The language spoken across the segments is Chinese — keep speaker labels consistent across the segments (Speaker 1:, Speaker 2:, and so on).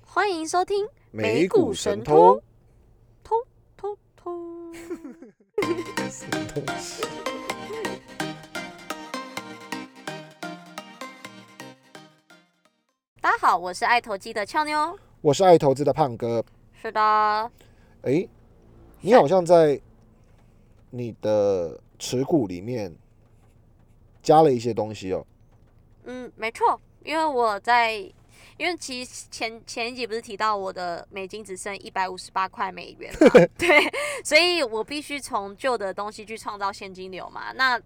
Speaker 1: 欢迎收听《
Speaker 2: 美股神
Speaker 1: 偷
Speaker 2: 偷，
Speaker 1: 偷偷偷》。
Speaker 2: 神偷。
Speaker 1: 大家好，我是爱投机的俏妞。
Speaker 2: 我是爱投资的胖哥。
Speaker 1: 是的，
Speaker 2: 诶，你好像在你的持股里面加了一些东西哦。
Speaker 1: 嗯，没错，因为我在，因为其实前前一集不是提到我的美金只剩一百五十八块美元 嘛，对，所以我必须从旧的东西去创造现金流嘛。那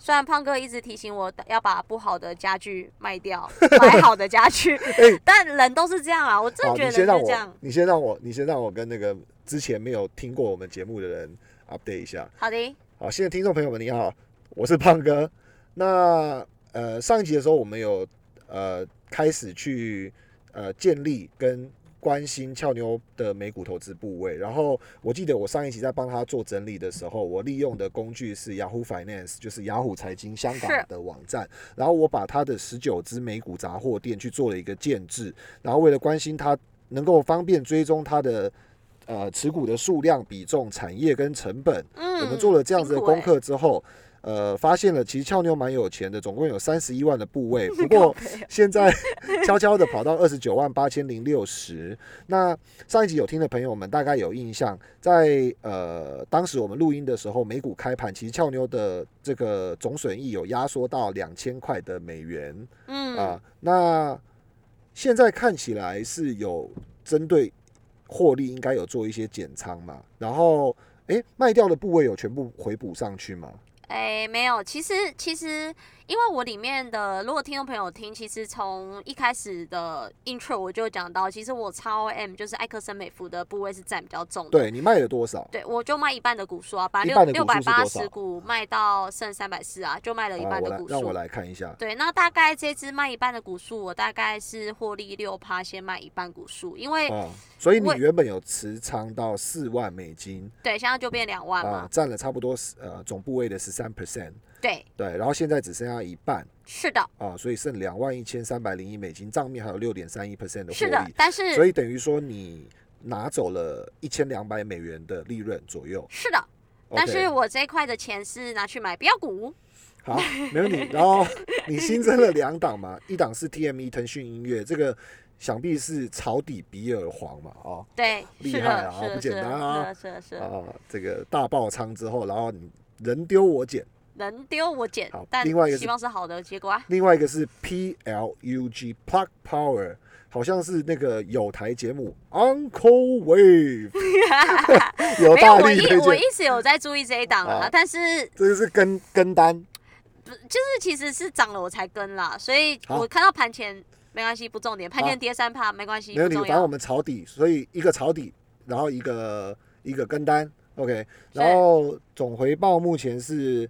Speaker 1: 虽然胖哥一直提醒我要把不好的家具卖掉，买好的家 具，但人都是这样啊，我真
Speaker 2: 哎好，
Speaker 1: 的觉
Speaker 2: 你
Speaker 1: 得
Speaker 2: 先
Speaker 1: 人
Speaker 2: 让
Speaker 1: 就是这样
Speaker 2: 我。，你先让我，你先让我跟那个之前没有听过我们节目的人 update 一下。
Speaker 1: 好的，
Speaker 2: 好，现在听众朋友们，你好，我是胖哥。那呃，上一集的时候，我们有呃开始去呃建立跟关心俏妞的美股投资部位。然后我记得我上一集在帮他做整理的时候，我利用的工具是 Yahoo Finance，就是雅虎财经香港
Speaker 1: 是
Speaker 2: 的网站。然后我把他的十九只美股杂货店去做了一个建制，然后为了关心他能够方便追踪他的。呃，持股的数量、比重、产业跟成本，
Speaker 1: 嗯，
Speaker 2: 我们做了这样子的
Speaker 1: 辛苦欸
Speaker 2: 功课之后，呃，发现了其实俏妞蛮有钱的，总共有三十一万的 部位，不过现在悄悄的跑到二十九万八千零六十。那上一集有听的朋友们大概有印象，在呃当时我们录音的时候，美股开盘其实俏妞的这个总损益有压缩到两千块的美元啊、
Speaker 1: 嗯，
Speaker 2: 那现在看起来是有针对获利应该有做一些减仓嘛，然后。诶，卖掉的部位有全部回补上去吗？
Speaker 1: 哎、没有，其实其实，因为我里面的，如果听众朋友听，其实从一开始的 intro 我就讲到，其实我超 M 就是埃克森美孚的部位是占比较重的。
Speaker 2: 对你卖了多少？
Speaker 1: 对，我就卖一半的股数啊，把
Speaker 2: 一
Speaker 1: 六
Speaker 2: 半的
Speaker 1: 六
Speaker 2: 股
Speaker 1: 百
Speaker 2: 数是
Speaker 1: 八
Speaker 2: 多
Speaker 1: 十
Speaker 2: 少
Speaker 1: 股卖到剩三百四啊，就卖了一
Speaker 2: 啊，
Speaker 1: 半
Speaker 2: 我
Speaker 1: 的
Speaker 2: 来
Speaker 1: 股
Speaker 2: 让
Speaker 1: 数。
Speaker 2: 我来看一下。
Speaker 1: 对，那大概这只卖一半的股数，我大概是获利六趴，先卖一半股数，因为、
Speaker 2: 啊，所以你
Speaker 1: 我
Speaker 2: 原本有持仓到四万美金
Speaker 1: 对现在就变两万嘛，
Speaker 2: 啊，占了差不多10呃总部位的十三 percent，
Speaker 1: 对，
Speaker 2: 对，然后现在只剩下一半
Speaker 1: 是的，
Speaker 2: 啊，所以剩两万一千三百零一美金，账面还有六点三一 percent 的
Speaker 1: 是的
Speaker 2: 获，利，
Speaker 1: 但是
Speaker 2: 所以等于说你拿走了一千两百美元的利润左右。
Speaker 1: 是的，但
Speaker 2: OK
Speaker 1: 是我这一块的钱是拿去买标股，
Speaker 2: 好，没问题。然后你新增了两档嘛，一档是 TME 腾讯音乐，这个想必是抄底比尔黄嘛，哦，
Speaker 1: 对，
Speaker 2: 厉
Speaker 1: 是
Speaker 2: 害
Speaker 1: 的，
Speaker 2: 啊
Speaker 1: 是的，
Speaker 2: 不
Speaker 1: 是
Speaker 2: 简
Speaker 1: 的
Speaker 2: 单啊
Speaker 1: 是的，是的，是的，
Speaker 2: 啊，这个大爆仓之后，然后你人丢我捡。
Speaker 1: 能丢我捡
Speaker 2: 好，
Speaker 1: 但
Speaker 2: 另外一个是
Speaker 1: 希望是好的结果啊。
Speaker 2: 另外一个是 PLUG Plug Power，好像是那个有台节目 Uncle Wave，有
Speaker 1: 没有，
Speaker 2: 大
Speaker 1: 我
Speaker 2: 力
Speaker 1: 一
Speaker 2: 推
Speaker 1: 我
Speaker 2: 荐
Speaker 1: 一，直有在注意这一档啊
Speaker 2: 啊，
Speaker 1: 但是
Speaker 2: 这个是跟跟单，
Speaker 1: 就是其实是涨了我才跟啦，所以
Speaker 2: 好
Speaker 1: 我看到盘前没关系，不重点，盘前
Speaker 2: 好
Speaker 1: 跌三趴没关系，
Speaker 2: 没
Speaker 1: 不
Speaker 2: 有你，
Speaker 1: 重
Speaker 2: 反正我
Speaker 1: 要。
Speaker 2: 们抄底，所以一个抄底，然后一个一个跟单，OK，
Speaker 1: 是
Speaker 2: 然后总回报目前是。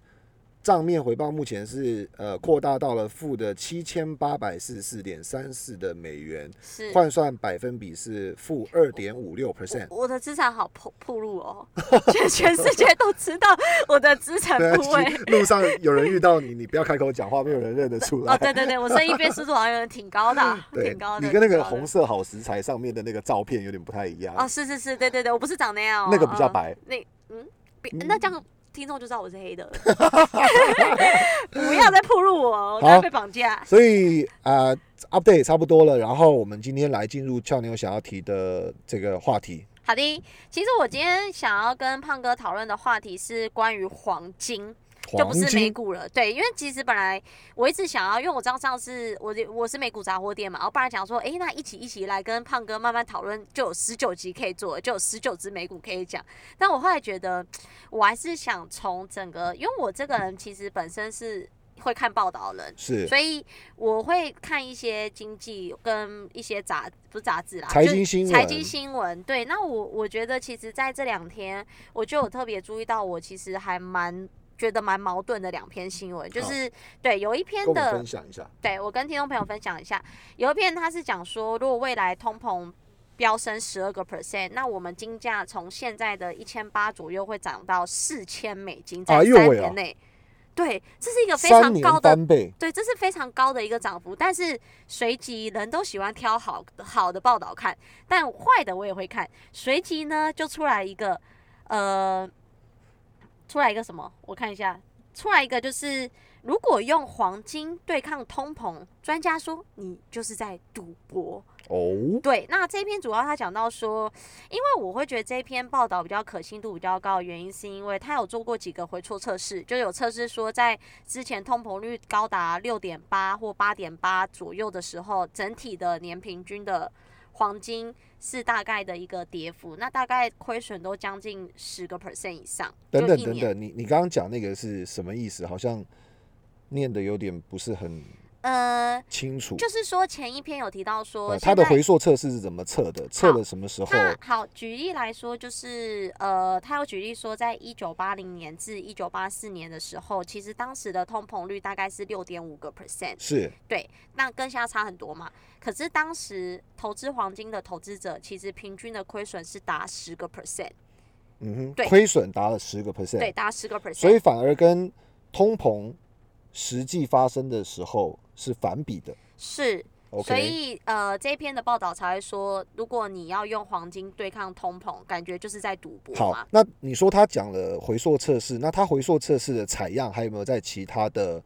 Speaker 2: 账面回报目前是呃扩大到了负的七千八百四十四点三四的美元，
Speaker 1: 是
Speaker 2: 换算百分比是负二点五六 percent。
Speaker 1: 我的资产好铺铺路 哦，全全世界都知道我的资产
Speaker 2: 对啊，
Speaker 1: 部位。
Speaker 2: 路上有人遇到你， 你不要开口讲话，没有人认得出来。
Speaker 1: 哦，对对对，我声音辨识度好像挺高的啊，挺高的。
Speaker 2: 你跟那
Speaker 1: 挺
Speaker 2: 个
Speaker 1: 高的
Speaker 2: 红色好食材上面的那个照片有点不太一样。
Speaker 1: 哦，是是是，对对对，我不是长那样、哦，
Speaker 2: 那个比较
Speaker 1: 嗯
Speaker 2: 白。
Speaker 1: 那嗯，比那这样听众就知道我是黑的了， 不要再暴露我哦，我
Speaker 2: 好
Speaker 1: 等下被绑架。
Speaker 2: 所以啊、u p d a t e 差不多了，然后我们今天来进入俏妞想要提的这个话题。
Speaker 1: 好的，其实我今天想要跟胖哥讨论的话题是关于黄金。就
Speaker 2: 黄
Speaker 1: 不是美
Speaker 2: 金
Speaker 1: 股了，对，因为其实本来我一直想要，因为我知道上次我的我是美股杂货店嘛，我本来想说，诶，那一起一起来跟胖哥慢慢讨论，就有十九集可以做了，就有十九只美股可以讲。但我后来觉得，我还是想从整个，因为我这个人其实本身是会看报道的人，
Speaker 2: 是
Speaker 1: 所以我会看一些经济跟一些杂不是杂志啦，
Speaker 2: 财
Speaker 1: 就
Speaker 2: 经新闻
Speaker 1: 财经新闻。对，那我我觉得其实在这两天，我就有特别注意到，我其实还蛮觉得蛮矛盾的两篇新闻，就
Speaker 2: 好
Speaker 1: 是对有一篇
Speaker 2: 跟我们
Speaker 1: 的
Speaker 2: 分，享一下。
Speaker 1: 对我跟听众朋友分享一下，有一篇它是讲说，如果未来通膨。飙升十二个 percent，那我们金价从现在的一千八左右会涨到四千美金，在
Speaker 2: 哎呦
Speaker 1: 三
Speaker 2: 喂啊
Speaker 1: 年内。对，这是一个非
Speaker 2: 三
Speaker 1: 常
Speaker 2: 年
Speaker 1: 高的
Speaker 2: 翻倍，
Speaker 1: 对，这是非常高的一个涨幅，但是随即人都喜欢挑好好的报道看，但坏的我也会看。随即呢，就出来一个，呃，出来一个什么？我看一下，出来一个就是，如果用黄金对抗通膨，专家说你就是在赌博。
Speaker 2: 哦，
Speaker 1: 对，那这篇主要他讲到说，因为我会觉得这篇报道比较可信度比较高，的原因是因为他有做过几个回错测试，就有测试说在之前通膨率高达六点八或八点八左右的时候，整体的年平均的黄金是大概的一个跌幅，那大概亏损都将近十个 percent 以上，
Speaker 2: 等
Speaker 1: 就
Speaker 2: 等
Speaker 1: 一
Speaker 2: 等
Speaker 1: 年
Speaker 2: 等，你你刚刚讲那个是什么意思？好像念的有点不是很
Speaker 1: 呃，
Speaker 2: 清楚。
Speaker 1: 就是说前一篇有提到说
Speaker 2: 呃，
Speaker 1: 现在，啊
Speaker 2: 它的回溯测试是怎么测的？测了什么时候？
Speaker 1: 那好，举例来说，就是呃，他有举例说，在一九八零年至一九八四年的时候，其实当时的通膨率大概是六点五个 percent，
Speaker 2: 是
Speaker 1: 对，那跟现在差很多嘛。可是当时投资黄金的投资者，其实平均的亏损是达十个 percent，
Speaker 2: 嗯哼，
Speaker 1: 对
Speaker 2: 亏损达了十个 percent，
Speaker 1: 对，达十个
Speaker 2: 所
Speaker 1: percent，
Speaker 2: 以反而跟通膨实际发生的时候是反比的。
Speaker 1: 是。所
Speaker 2: OK，
Speaker 1: 以，呃，这一篇的报道才会说，如果你要用黄金对抗通膨，感觉就是在赌博嘛
Speaker 2: 好。，那你说他讲了回溯测试，那他回溯测试的采样还有没有在其他的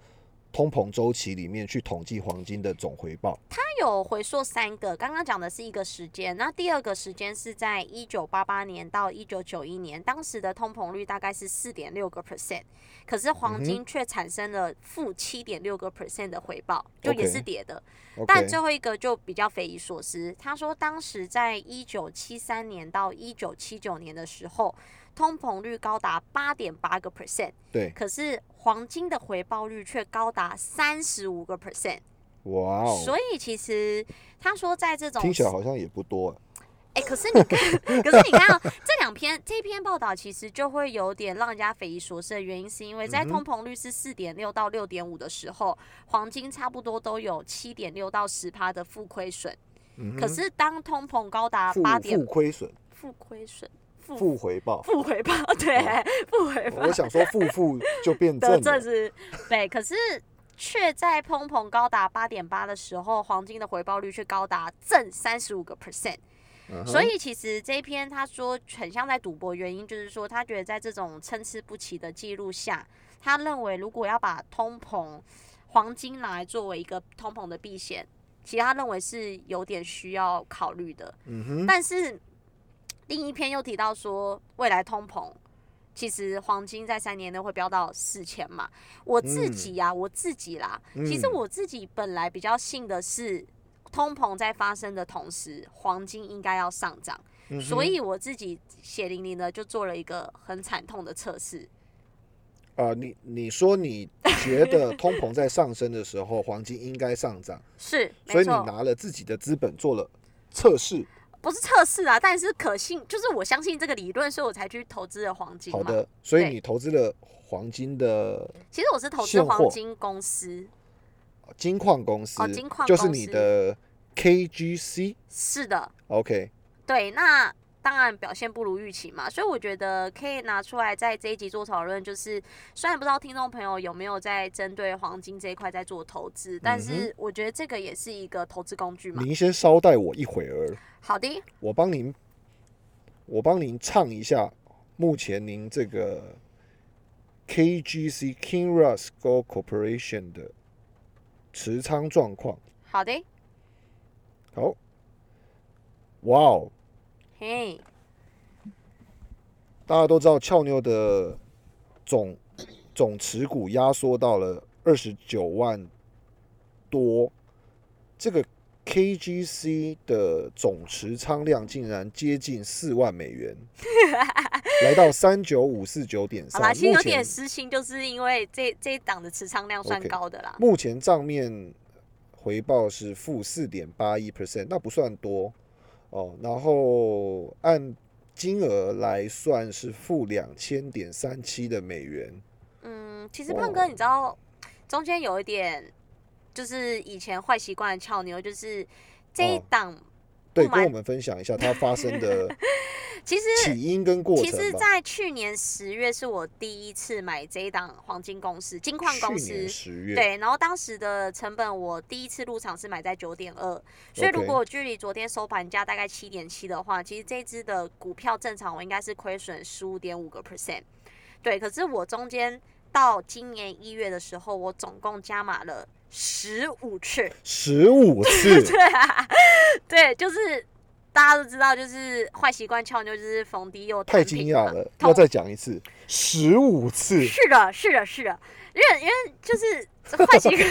Speaker 2: 通膨周期里面去统计黄金的总回报？
Speaker 1: 它有回溯三个，刚刚讲的是一个时间，那第二个时间是在一九八八年到一九九一年，当时的通膨率大概是四点六个 percent，可
Speaker 2: 嗯
Speaker 1: 是黄金却产生了负七点六个 percent 的回报，就
Speaker 2: OK
Speaker 1: 也是跌的。但
Speaker 2: OK，
Speaker 1: 最后一个就比较匪夷所思。他说，当时在一九七三年到一九七九年的时候，通膨率高达八点八个 percent，
Speaker 2: 对，
Speaker 1: 可是黄金的回报率却高达三十五个 percent。
Speaker 2: 哇哦，
Speaker 1: 所以其实他说在这种
Speaker 2: 听起来好像也不多啊、
Speaker 1: 哎、可是你看， 可是你看、啊、这两篇这篇报道其实就会有点让人家匪夷所思的原因，是因为在
Speaker 2: 嗯
Speaker 1: 通膨率是四点六到六点五的时候，黄金差不多都有七点六到十趴的负亏损。
Speaker 2: 嗯哼
Speaker 1: 可是当通膨高达
Speaker 2: 负
Speaker 1: 八
Speaker 2: 负
Speaker 1: 点
Speaker 2: 亏损，
Speaker 1: 负亏损负
Speaker 2: 负回报。
Speaker 1: 负回报，对
Speaker 2: 哦
Speaker 1: 负回报
Speaker 2: 我想说负负就变
Speaker 1: 的
Speaker 2: 正
Speaker 1: 这
Speaker 2: 了，
Speaker 1: 是对，可是。却在通膨高达八点八的时候，黄金的回报率却高达正三十五个 percent，
Speaker 2: 嗯哼
Speaker 1: 所以其实这一篇他说很像在赌博，原因就是说他觉得在这种参差不齐的记录下，他认为如果要把通膨黄金拿来作为一个通膨的避险，其实他认为是有点需要考虑的。
Speaker 2: 嗯哼，
Speaker 1: 但是另一篇又提到说，未来通膨其实黄金在三年内会飙到四千嘛。我自己呀、啊我自己啦，其实
Speaker 2: 嗯
Speaker 1: 我自己本来比较信的是。通膨在发生的同时，黄金应该要上涨，
Speaker 2: 嗯哼
Speaker 1: 所以我自己血淋淋的就做了一个很惨痛的测试。
Speaker 2: 啊，你你说你觉得通膨在上升的时候，黄金应该上涨，
Speaker 1: 是，
Speaker 2: 所
Speaker 1: 没
Speaker 2: 以你
Speaker 1: 错，
Speaker 2: 拿了自己的资本做了测试。
Speaker 1: 不是测试啊，但是可信，就是我相信这个理论，所以我才去投资了黄金
Speaker 2: 好
Speaker 1: 嘛。
Speaker 2: 的，所以
Speaker 1: 对
Speaker 2: 你投资了黄金的
Speaker 1: 其实我是投资
Speaker 2: 现货
Speaker 1: 黄金公司，
Speaker 2: 金矿公司，
Speaker 1: 哦金矿
Speaker 2: 就是
Speaker 1: 公
Speaker 2: 你
Speaker 1: 司
Speaker 2: 的 KGC。
Speaker 1: 是的，
Speaker 2: OK，
Speaker 1: 对，那当然表现不如预期嘛，所以我觉得可以拿出来在这一集做讨论。就是虽然不知道听众朋友有没有在针对黄金这一块在做投资，
Speaker 2: 嗯
Speaker 1: 但是我觉得这个也是一个投资工具嘛。
Speaker 2: 您先稍待我一会儿，
Speaker 1: 好的，
Speaker 2: 我帮您，我帮您唱一下目前您这个 KGC Kinross Gold Corporation 的持仓状况。
Speaker 1: 好的，
Speaker 2: 好，哇哦！
Speaker 1: 嘿，
Speaker 2: 大家都知道俏妞的总总持股压缩到了二十九万多，这个 KGC 的总持仓量竟然接近四万 美元，来到三九五四九点
Speaker 1: 好
Speaker 2: 三
Speaker 1: 啦，。其实
Speaker 2: 目
Speaker 1: 有
Speaker 2: 前
Speaker 1: 点私心，就是因为这这一档的持仓量算
Speaker 2: OK
Speaker 1: 高的啦。
Speaker 2: 目前账面回报是负四点八一 percent，那不算多哦。然后按金额来算是负两千点三七的美元。
Speaker 1: 嗯，其实胖哥，
Speaker 2: 哇哦
Speaker 1: 你知道中间有一点，就是以前坏习惯的俏妞，就是这一
Speaker 2: 哦
Speaker 1: 档
Speaker 2: 对，
Speaker 1: 不瞒
Speaker 2: 跟我们分享一下它发生的
Speaker 1: 其实
Speaker 2: 起因跟过
Speaker 1: 其
Speaker 2: 程
Speaker 1: 实，
Speaker 2: 吧。
Speaker 1: 在去年十月是我第一次买这一档黄金公司金矿公
Speaker 2: 去
Speaker 1: 司
Speaker 2: 年，十月，
Speaker 1: 对，然后当时的成本我第一次入场是买在九点二，所以如
Speaker 2: OK
Speaker 1: 果我距离昨天收盘价大概七点七的话，其实这一只的股票正常我应该是亏损十五点五个 percent，对，可是我中间到今年一月的时候，我总共加码了十五次，
Speaker 2: 十五次
Speaker 1: 对，就是。大家都知道，就是坏习惯俏妞，就是逢低又
Speaker 2: 太
Speaker 1: 躺平
Speaker 2: 惊讶
Speaker 1: 嘛
Speaker 2: 了，
Speaker 1: 同
Speaker 2: 要再讲一次，十五次，
Speaker 1: 是的，是的，是的，因为因为就是坏习惯。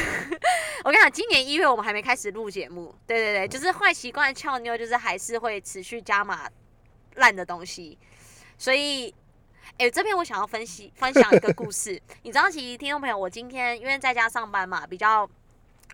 Speaker 1: 我跟你讲，今年一月我们还没开始录节目，对对对，就是坏习惯俏妞，就是还是会持续加码烂的东西，所以。哎、这边我想要分析分享一个故事。你知道，其实听众朋友，我今天因为在家上班嘛，比较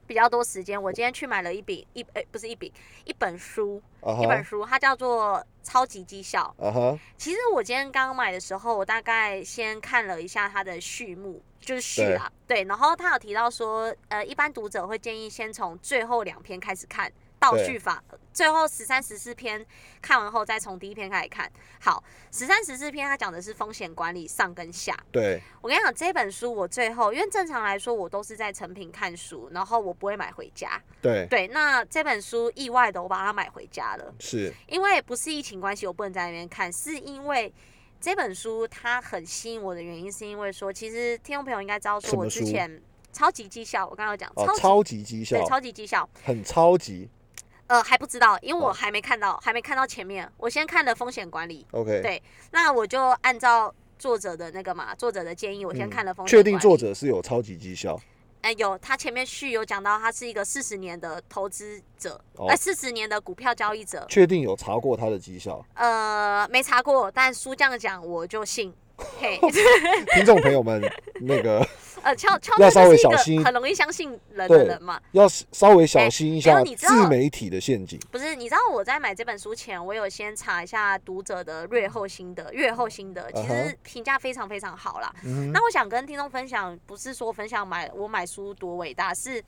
Speaker 1: 比较多时间。我今天去买了一笔一哎、不是一笔一本书，
Speaker 2: 啊
Speaker 1: 一本
Speaker 2: 哈，
Speaker 1: 书，它叫做《超级绩效》。
Speaker 2: 啊哈，
Speaker 1: 其实我今天刚买的时候，我大概先看了一下它的序幕，就是序啊，对。然后他有提到说，呃，一般读者会建议先从最后两篇开始看，倒叙法，最后十三、十四篇看完后再从第一篇开始看。好，十三、十四篇它讲的是风险管理上跟下，
Speaker 2: 对，
Speaker 1: 我跟你讲，这本书我最后，因为正常来说我都是在成品看书，然后我不会买回家。
Speaker 2: 对，
Speaker 1: 对，那这本书意外的我把它买回家了。
Speaker 2: 是，
Speaker 1: 因为不是疫情关系，我不能在那边看，是因为这本书它很吸引我的原因，是因为说，其实听众朋友应该知道，
Speaker 2: 什
Speaker 1: 说
Speaker 2: 么
Speaker 1: 我之
Speaker 2: 书
Speaker 1: 前超级绩效，我刚刚有讲
Speaker 2: 哦，
Speaker 1: 级、
Speaker 2: 超级绩效
Speaker 1: 对，超级绩效，
Speaker 2: 很超级
Speaker 1: 呃还不知道，因为我
Speaker 2: 哦
Speaker 1: 还没看到，还没看到前面，我先看了风险管理，
Speaker 2: ，OK，
Speaker 1: 对那我就按照作者的那个嘛，作者的建议，我先
Speaker 2: 嗯
Speaker 1: 看了风险
Speaker 2: 确定
Speaker 1: 管
Speaker 2: 作
Speaker 1: 理，
Speaker 2: 者是有超级绩效，
Speaker 1: 哎、有他前面序有讲到，他是一个四十年的投资者，
Speaker 2: 哦
Speaker 1: 呃四十年的股票交易者，
Speaker 2: 确定有查过他的绩效，
Speaker 1: 呃没查过，但书这样讲我就信。嘿，
Speaker 2: 听众朋友 们，那个
Speaker 1: 呃，俏俏
Speaker 2: 要
Speaker 1: 妞
Speaker 2: 稍
Speaker 1: 就
Speaker 2: 微
Speaker 1: 是
Speaker 2: 小
Speaker 1: 一
Speaker 2: 心
Speaker 1: 个很容易相信人
Speaker 2: 对
Speaker 1: 的人嘛。
Speaker 2: 要稍微小心一
Speaker 1: 哎
Speaker 2: 下
Speaker 1: 没有你知道
Speaker 2: 自媒体的陷阱，
Speaker 1: 不是，你知道我在买这本书前，我有先查一下读者的略后心得，阅后心得其
Speaker 2: 嗯
Speaker 1: 实
Speaker 2: 哼
Speaker 1: 评价非常非常好啦。
Speaker 2: 嗯哼，
Speaker 1: 那我想跟听众分享，不是说分享买我买书多伟大，是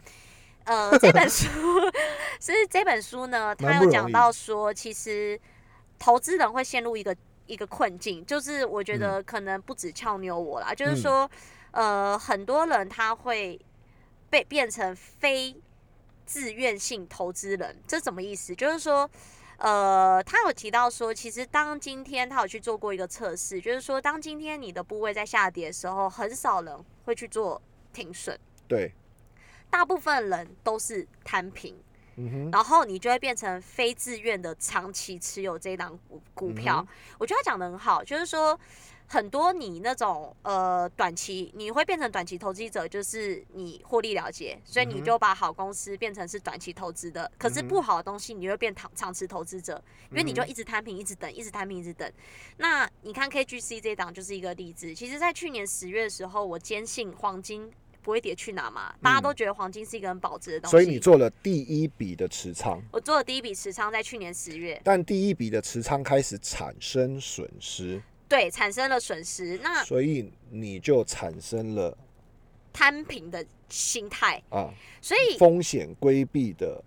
Speaker 1: 呃这 本书 是这本书呢，
Speaker 2: 蛮
Speaker 1: 它
Speaker 2: 不
Speaker 1: 有
Speaker 2: 容
Speaker 1: 讲
Speaker 2: 易
Speaker 1: 到说，其实投资人会陷入一个一个困境，就是我觉得可能不止俏妞我啦，就是
Speaker 2: 嗯
Speaker 1: 说呃很多人他会被变成非自愿性投资人，这什么意思？就是说。呃，他有提到说，其实当今天他有去做过一个测试，就是说，当今天你的部位在下跌的时候，很少人会去做停损，
Speaker 2: 对，
Speaker 1: 大部分人都是摊平，
Speaker 2: 嗯哼，
Speaker 1: 然后你就会变成非自愿的长期持有这一档股股
Speaker 2: 嗯
Speaker 1: 票。我觉得他讲的很好，就是说很多你那种呃短期，你会变成短期投机者，就是你获利了结，所以
Speaker 2: 嗯
Speaker 1: 你
Speaker 2: 哼
Speaker 1: 就把好公司变成是短期投资的。可是
Speaker 2: 嗯哼
Speaker 1: 不好的东西，你就会变长长期投资者，因为你就
Speaker 2: 嗯
Speaker 1: 一直摊平，一直等，一直摊平，一直等。那你看 KGC 这一档就是一个例子。其实，在去年十月的时候，我坚信黄金。不会跌去哪嘛？大家
Speaker 2: 嗯
Speaker 1: 都觉得黄金是一个很保值的东西，
Speaker 2: 所以你做了第一笔的持仓，
Speaker 1: 我做的第一笔持仓在去年十月，
Speaker 2: 但第一笔的持仓开始产生损失，
Speaker 1: 对，产生了损失。那
Speaker 2: 所以你就产生了
Speaker 1: 摊平的心态，
Speaker 2: 啊
Speaker 1: 所以
Speaker 2: 风险规避的，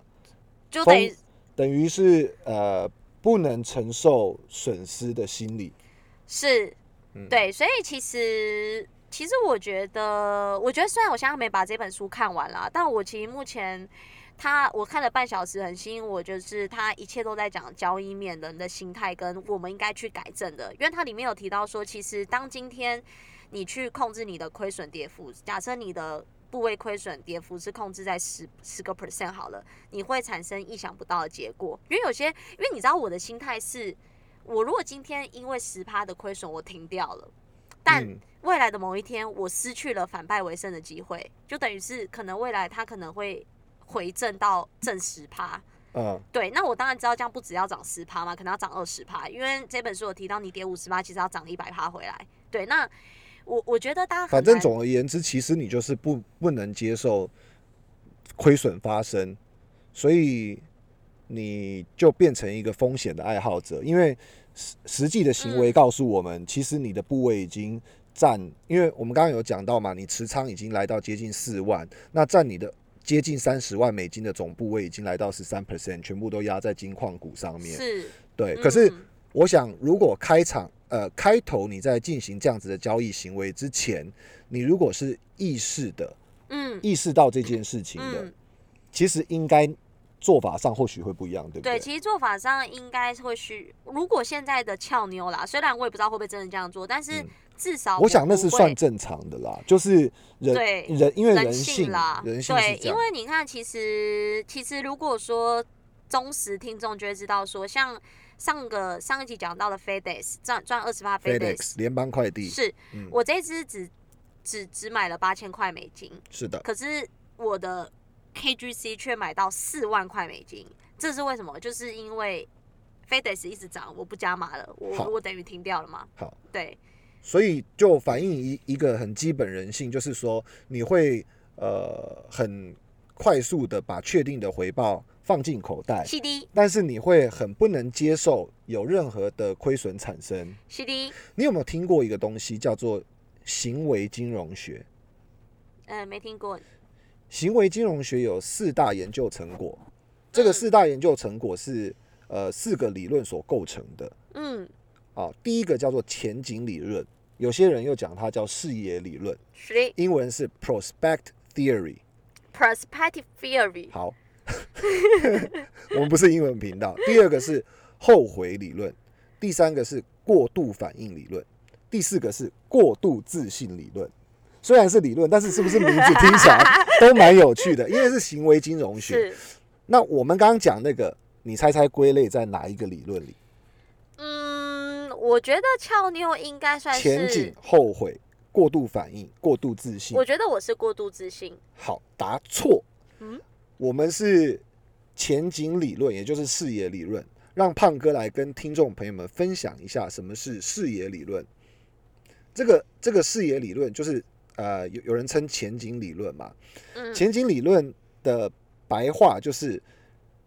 Speaker 1: 就等于
Speaker 2: 风等于是呃不能承受损失的心理。
Speaker 1: 是
Speaker 2: 嗯，
Speaker 1: 对，所以其实。其实我觉得，我觉得虽然我现在还没把这本书看完啦，但我其实目前他我看了半小时，很吸引我，就是他一切都在讲交易面人的心态跟我们应该去改正的，因为它里面有提到说，其实当今天你去控制你的亏损跌幅，假设你的部位亏损跌幅是控制在十十个 percent 好了，你会产生意想不到的结果，因为有些，因为你知道我的心态是，我如果今天因为十趴的亏损我停掉了，但
Speaker 2: 嗯
Speaker 1: 未来的某一天，我失去了反败为胜的机会，就等于是可能未来它可能会回正到正十趴。
Speaker 2: 嗯
Speaker 1: 对，那我当然知道这样不只要涨十趴嘛，可能要涨二十趴，因为这本书有提到你跌五十趴，其实要涨一百趴回来。对，那我我觉得大家很
Speaker 2: 反正
Speaker 1: 难
Speaker 2: 总而言之，其实你就是不不能接受亏损发生，所以你就变成一个风险的爱好者，因为实实际的行为
Speaker 1: 嗯
Speaker 2: 告诉我们，其实你的部位已经占，因为我们刚刚有讲到嘛，你持仓已经来到接近四万，那占你的。接近三十万美金的总部位已经来到十三 percent，全部都压在金矿股上面。
Speaker 1: 是
Speaker 2: 对，可是
Speaker 1: 嗯
Speaker 2: 我想如果开场呃开头你在进行这样子的交易行为之前，你如果是意识的
Speaker 1: 嗯
Speaker 2: 意识到这件事情的，
Speaker 1: 嗯，
Speaker 2: 其实应该做法上或许会不一样，对不
Speaker 1: 对，其实做法上应该是会需，如果现在的俏妞啦，虽然我也不知道会不会真的这样做，但是
Speaker 2: 嗯
Speaker 1: 至少
Speaker 2: 我想那是
Speaker 1: 不会
Speaker 2: 算正常的啦，就是人
Speaker 1: 对
Speaker 2: 人因为人
Speaker 1: 性啦，
Speaker 2: 人性
Speaker 1: 对
Speaker 2: 是，这
Speaker 1: 因
Speaker 2: 样，
Speaker 1: 为你看，其实其实如果说忠实听众就会知道说，像上个上一集讲到的 FedEx 赚赚二十八
Speaker 2: FedEx 联邦快递
Speaker 1: 是、
Speaker 2: 嗯
Speaker 1: 我这支只只只买了八千块美金，
Speaker 2: 是的，
Speaker 1: 可是我的 KGC 却买到四万块美金，这是为什么？就是因为 FedEx 一直涨，我不加码了，
Speaker 2: 好
Speaker 1: 我我等于停掉了嘛。
Speaker 2: 好，
Speaker 1: 对，
Speaker 2: 所以就反映一一个很基本人性，就是说你会呃很快速的把确定的回报放进口袋，
Speaker 1: ，CD
Speaker 2: 但是你会很不能接受有任何的亏损产生。
Speaker 1: CD，
Speaker 2: 你有没有听过一个东西叫做行为金融学？
Speaker 1: 呃，没听过，
Speaker 2: 行为金融学有四大研究成果，这个四大研究成果是呃四个理论所构成的
Speaker 1: 嗯，
Speaker 2: 啊。第一个叫做前景理论，有些人又讲它叫视野理论，
Speaker 1: 谁
Speaker 2: 英文是 prospect theory。
Speaker 1: Perspective Theory，
Speaker 2: 好， 我们不是英文频道。第二个是后悔理论，第三个是过度反应理论，第四个是过度自信理论。虽然是理论，但是是不是名字听起来都蛮有趣的？因为是行为金融学。
Speaker 1: 是，
Speaker 2: 那我们刚刚讲那个，你猜猜归类在哪一个理论里？
Speaker 1: 嗯，我觉得俏妞应该算是
Speaker 2: 前景、后悔、过度反应、过度自信
Speaker 1: 我。觉得我是过度自信，
Speaker 2: 好，答错。
Speaker 1: 嗯
Speaker 2: 我们是前景理论，也就是视野理论，让胖哥来跟听众朋友们分享一下什么是视野理论。这个这个视野理论就是呃，有有人称前景理论嘛？
Speaker 1: 嗯，
Speaker 2: 前景理论的白话就是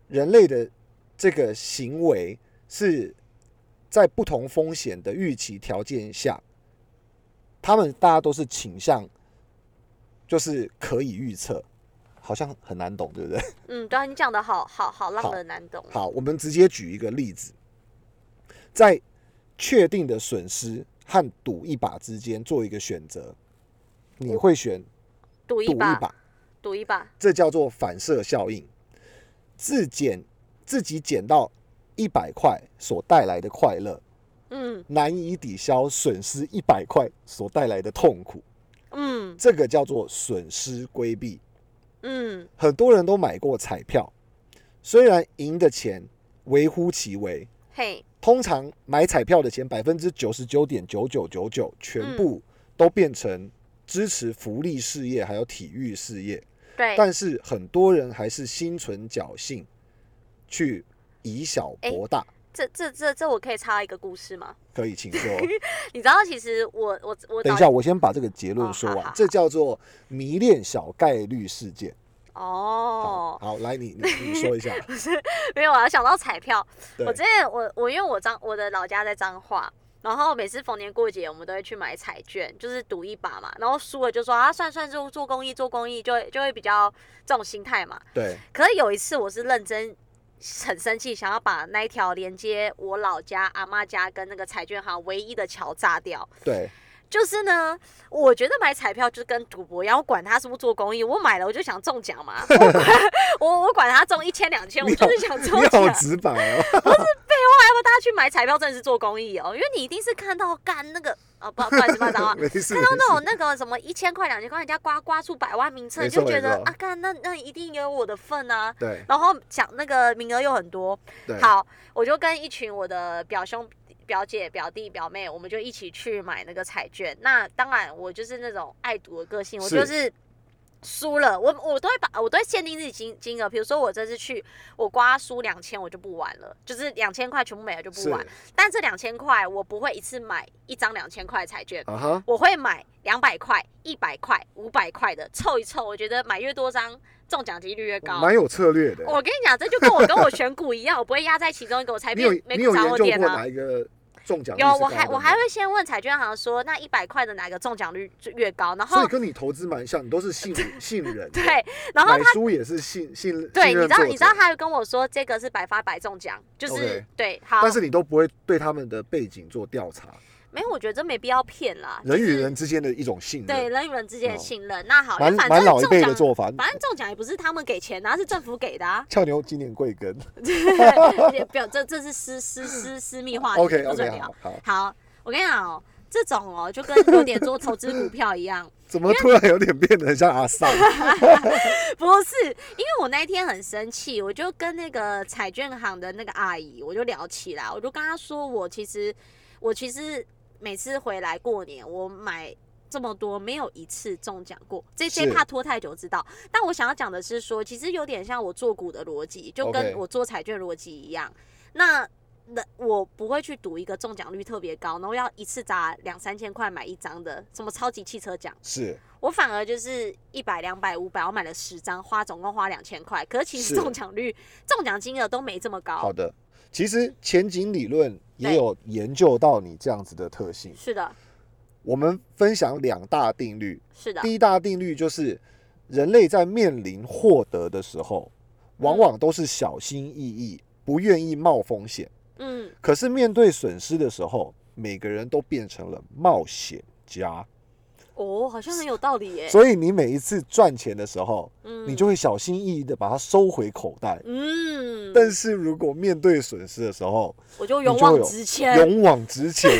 Speaker 2: 人类的这个行为是在不同风险的预期条件下，他们大家都是倾向就是可以预测，好像很难懂，对不对？
Speaker 1: 嗯，对啊，你讲的好好好，让
Speaker 2: 好
Speaker 1: 人难懂，
Speaker 2: 好，我们直接举一个例子，在确定的损失和赌一把之间做一个选择，你会选
Speaker 1: 赌
Speaker 2: 赌
Speaker 1: 一
Speaker 2: 一
Speaker 1: 把，
Speaker 2: 把。
Speaker 1: 赌一把，
Speaker 2: 这叫做反射效应。自捡自己捡到一百块所带来的快乐，
Speaker 1: 嗯
Speaker 2: 难以抵消损失一百块所带来的痛苦，
Speaker 1: 嗯
Speaker 2: 这个叫做损失规避。
Speaker 1: 嗯，
Speaker 2: 很多人都买过彩票，虽然赢的钱微乎其微，
Speaker 1: 嘿，
Speaker 2: 通常买彩票的钱百分之九十九点九九九九全部都变成支持福利事业还有体育事业。
Speaker 1: 对，
Speaker 2: 但是很多人还是心存侥幸，去以小博大。
Speaker 1: 这这这这我可以插一个故事吗？
Speaker 2: 可以，请说。
Speaker 1: 你知道，其实我我我
Speaker 2: 等
Speaker 1: 早
Speaker 2: 一下，我先把这个结论
Speaker 1: 哦
Speaker 2: 说
Speaker 1: 好
Speaker 2: 完
Speaker 1: 好。
Speaker 2: 这叫做迷恋小概率事件。好，
Speaker 1: 哦，
Speaker 2: 好，来你你你说 一下。
Speaker 1: 没有啊，想到彩票，
Speaker 2: 对
Speaker 1: 我之前我我因为我彰我的老家在彰化，然后每次逢年过节我们都会去买彩券，就是赌一把嘛，然后输了就说啊算算做做公益做公益，就会就会比较这种心态嘛。
Speaker 2: 对，
Speaker 1: 可是有一次我是认真。很生气，想要把那一条连接我老家阿妈家跟那个彩券行唯一的桥炸掉。
Speaker 2: 对，
Speaker 1: 就是呢，我觉得买彩票就是跟赌博一样，我管他是不是做公益，我买了我就想中奖嘛， 我管我我管他中一千两千，我
Speaker 2: 你好
Speaker 1: 就是想中
Speaker 2: 你
Speaker 1: 奖。
Speaker 2: 好直白 哦。
Speaker 1: 要不大家去买彩票真的是做公益哦，因为你一定是看到干那个啊，不不好意思，不好意思
Speaker 2: 。
Speaker 1: 啊
Speaker 2: 没事，
Speaker 1: 看到那种那个什么一千块、两千块，人家刮刮出百万名册，
Speaker 2: 没
Speaker 1: 你
Speaker 2: 错
Speaker 1: 就觉得
Speaker 2: 没错
Speaker 1: 啊，干那那一定有我的份啊。
Speaker 2: 对
Speaker 1: 然后想那个名额又很多，
Speaker 2: 对，
Speaker 1: 好，我就跟一群我的表兄、表姐、表弟、表妹，我们就一起去买那个彩券。那当然，我就是那种爱赌的个性，我
Speaker 2: 是
Speaker 1: 就是输了，我我都会把我都会限定自己金金额。比如说我这次去，我刮输两千，我就不玩了，就是两千块全部没了就不
Speaker 2: 是
Speaker 1: 玩。但这两千块我不会一次买一张两千块的彩券，
Speaker 2: 啊哈，
Speaker 1: 我会买两百块、一百块、五百块的凑一凑，我觉得买越多张中奖几率越高。
Speaker 2: 蛮有策略的。
Speaker 1: 我跟你讲，这就跟我跟我选股一样，我不会压在其中一个，我才
Speaker 2: 你
Speaker 1: 变
Speaker 2: 有
Speaker 1: 美
Speaker 2: 你
Speaker 1: 股
Speaker 2: 有
Speaker 1: 掌
Speaker 2: 研
Speaker 1: 握
Speaker 2: 究
Speaker 1: 点
Speaker 2: 过
Speaker 1: 啊
Speaker 2: 哪。一个中奖率
Speaker 1: 有，
Speaker 2: 是
Speaker 1: 我
Speaker 2: 高
Speaker 1: 还
Speaker 2: 的
Speaker 1: 我
Speaker 2: 吗
Speaker 1: 还会先问彩券行说，那一百块的哪个中奖率最越高？然
Speaker 2: 所
Speaker 1: 后
Speaker 2: 以跟你投资蛮像，你都是信信 人，
Speaker 1: 对，，然后
Speaker 2: 买书也是信信信任
Speaker 1: 对，你知道
Speaker 2: 作
Speaker 1: 你知
Speaker 2: 者
Speaker 1: 道，他有跟我说这个是百发百中奖，就是
Speaker 2: OK
Speaker 1: 对，好，
Speaker 2: 但是你都不会对他们的背景做调查，
Speaker 1: 没有，我觉得这没必要骗啦，
Speaker 2: 人与
Speaker 1: 就是
Speaker 2: 人之间的一种信
Speaker 1: 对
Speaker 2: 任，
Speaker 1: 人与人之间的
Speaker 2: 哦
Speaker 1: 信任。那好，
Speaker 2: 蛮
Speaker 1: 反
Speaker 2: 蛮
Speaker 1: 正
Speaker 2: 老一
Speaker 1: 中
Speaker 2: 辈的
Speaker 1: 奖
Speaker 2: 做法。。
Speaker 1: 反正中奖也不是他们给钱啊，是政府给的啊
Speaker 2: 俏妞今年贵庚
Speaker 1: 对，表这这是私私私私密话题
Speaker 2: ？OK
Speaker 1: 不准
Speaker 2: OK
Speaker 1: 聊
Speaker 2: 好。，好，
Speaker 1: 好，我跟你讲哦，这种哦就跟有点做投资股票一样，
Speaker 2: 怎么突然有点变得很像 阿桑？
Speaker 1: 不是，因为我那一天很生气，我就跟那个彩券行的那个阿姨，我就聊起来，我就跟她说，我其实我其实每次回来过年，我买这么多，没有一次中奖过。这些
Speaker 2: 是
Speaker 1: 怕拖太久知道，但我想要讲的是说，其实有点像我做股的逻辑，就跟
Speaker 2: OK
Speaker 1: 我做彩券逻辑一样。那那我不会去赌一个中奖率特别高，然后要一次砸两三千块买一张的什么超级汽车奖。
Speaker 2: 是
Speaker 1: 我反而就是一百、两百、五百，我买了十张，花总共花两千块。可是其实
Speaker 2: 是
Speaker 1: 中奖率、中奖金额都没这么
Speaker 2: 好
Speaker 1: 高。
Speaker 2: 的。其实前景理论也
Speaker 1: 对
Speaker 2: 有研究到你这样子的特性。
Speaker 1: 是的，
Speaker 2: 我们分享两大定律，
Speaker 1: 是啊的，
Speaker 2: 第一大定律就是人类在面临获得的时候，往往都是小心翼翼，不愿意冒风险。
Speaker 1: 嗯，
Speaker 2: 可是面对损失的时候，每个人都变成了冒险家。
Speaker 1: 哦，好像很有道理耶。
Speaker 2: 所以你每一次赚钱的时候，
Speaker 1: 嗯，
Speaker 2: 你就会小心翼翼的把它收回口袋。
Speaker 1: 嗯，
Speaker 2: 但是如果面对损失的时候，
Speaker 1: 我就
Speaker 2: 就
Speaker 1: 勇往
Speaker 2: 有
Speaker 1: 直前。
Speaker 2: 勇往直 前，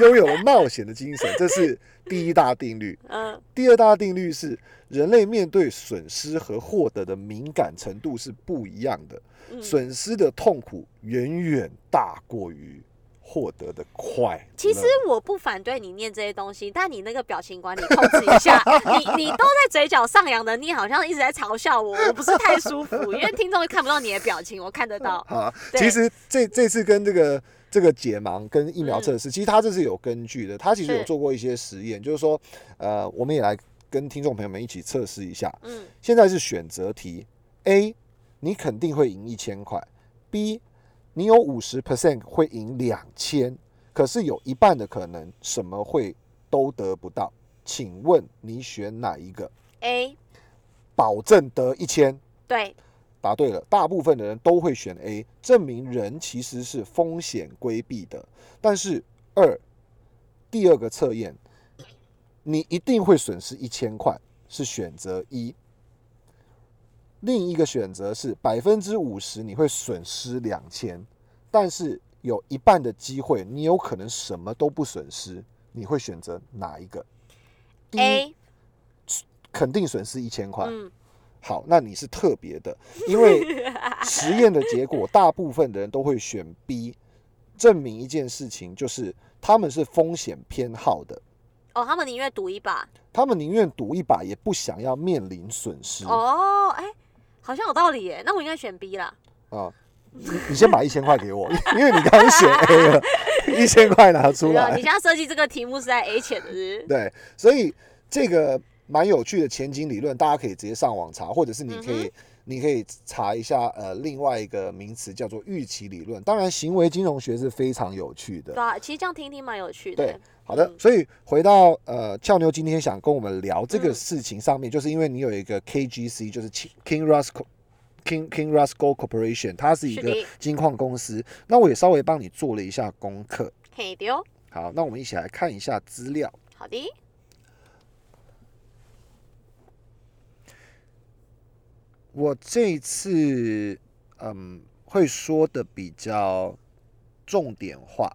Speaker 2: 拥有了冒险的精神，这是第一大定律。
Speaker 1: 嗯，
Speaker 2: 第二大定律是，人类面对损失和获得的敏感程度是不一样的。
Speaker 1: 嗯
Speaker 2: 损失的痛苦远远大过于获得的快乐。
Speaker 1: 其实
Speaker 2: 嗯
Speaker 1: 我不反对你念这些东西，但你那个表情管理控制一 下，你你都在嘴角上扬的，你好像一直在嘲笑我，我不是太舒服，因为听众看不到你的表情，我看得 到。
Speaker 2: 好，
Speaker 1: 对
Speaker 2: 其实这这次跟这个这个解盲跟疫苗测试，其实它这是有根据的。它其
Speaker 1: 嗯
Speaker 2: 实
Speaker 1: 是
Speaker 2: 有做过一些实验，就是说，呃，我们也来跟听众朋友们一起测试一下。
Speaker 1: 嗯
Speaker 2: 现在是选择题，A，你肯定会赢一千块；B，你有五十 percent 会赢两千，可是有一半的可能什么会都得不到。请问你选哪一个？
Speaker 1: ，A
Speaker 2: 保证得一千，
Speaker 1: 对，
Speaker 2: 答对了，大部分的人都会选 A，证明人其实是风险规避的。但是二，第二个测验，你一定会损失一千块，是选择一。另一个选择是百分之五十你会损失两千，但是有一半的机会你有可能什么都不损失，你会选择哪一个
Speaker 1: A
Speaker 2: 肯定损失一千块，
Speaker 1: 嗯
Speaker 2: 好，那你是特别 的，因为实验的结果，大部分的人都会选 B，证明一件事情，就是他们是风险偏好的，
Speaker 1: 哦，他们宁愿赌一把。
Speaker 2: 他们宁愿赌一把，也不想要面临损失啊、
Speaker 1: 哦，哎、好像有道理耶，那我应该选 B 啦。
Speaker 2: 你啊你先把一千块给我， 因为你刚刚选 A 了，一千块拿出
Speaker 1: 对啊
Speaker 2: 来
Speaker 1: 你。现在设计这个题目是在 A 前的是不是
Speaker 2: 对，所以这个蛮有趣的前景理论，大家可以直接上网查，或者是你可以、
Speaker 1: 嗯
Speaker 2: 你可以查一下呃另外一个名词叫做预期理论。当然，行为金融学是非常有趣的
Speaker 1: 对。啊，其实这样听听蛮有趣
Speaker 2: 对
Speaker 1: 的。
Speaker 2: 好的
Speaker 1: 嗯，
Speaker 2: 所以回到呃，俏妞今天想跟我们聊这个
Speaker 1: 嗯
Speaker 2: 事情上面，就是因为你有一个 KGC，就是 King King Rusco。King King Rusco Corporation，它是一
Speaker 1: 是
Speaker 2: 个
Speaker 1: 的
Speaker 2: 金矿公司。那我也稍微帮你做了一下功课。
Speaker 1: 嘿丢，
Speaker 2: 好，那我们一起来看一下资料。
Speaker 1: 好的，
Speaker 2: 我这一次嗯会说的比较重点化，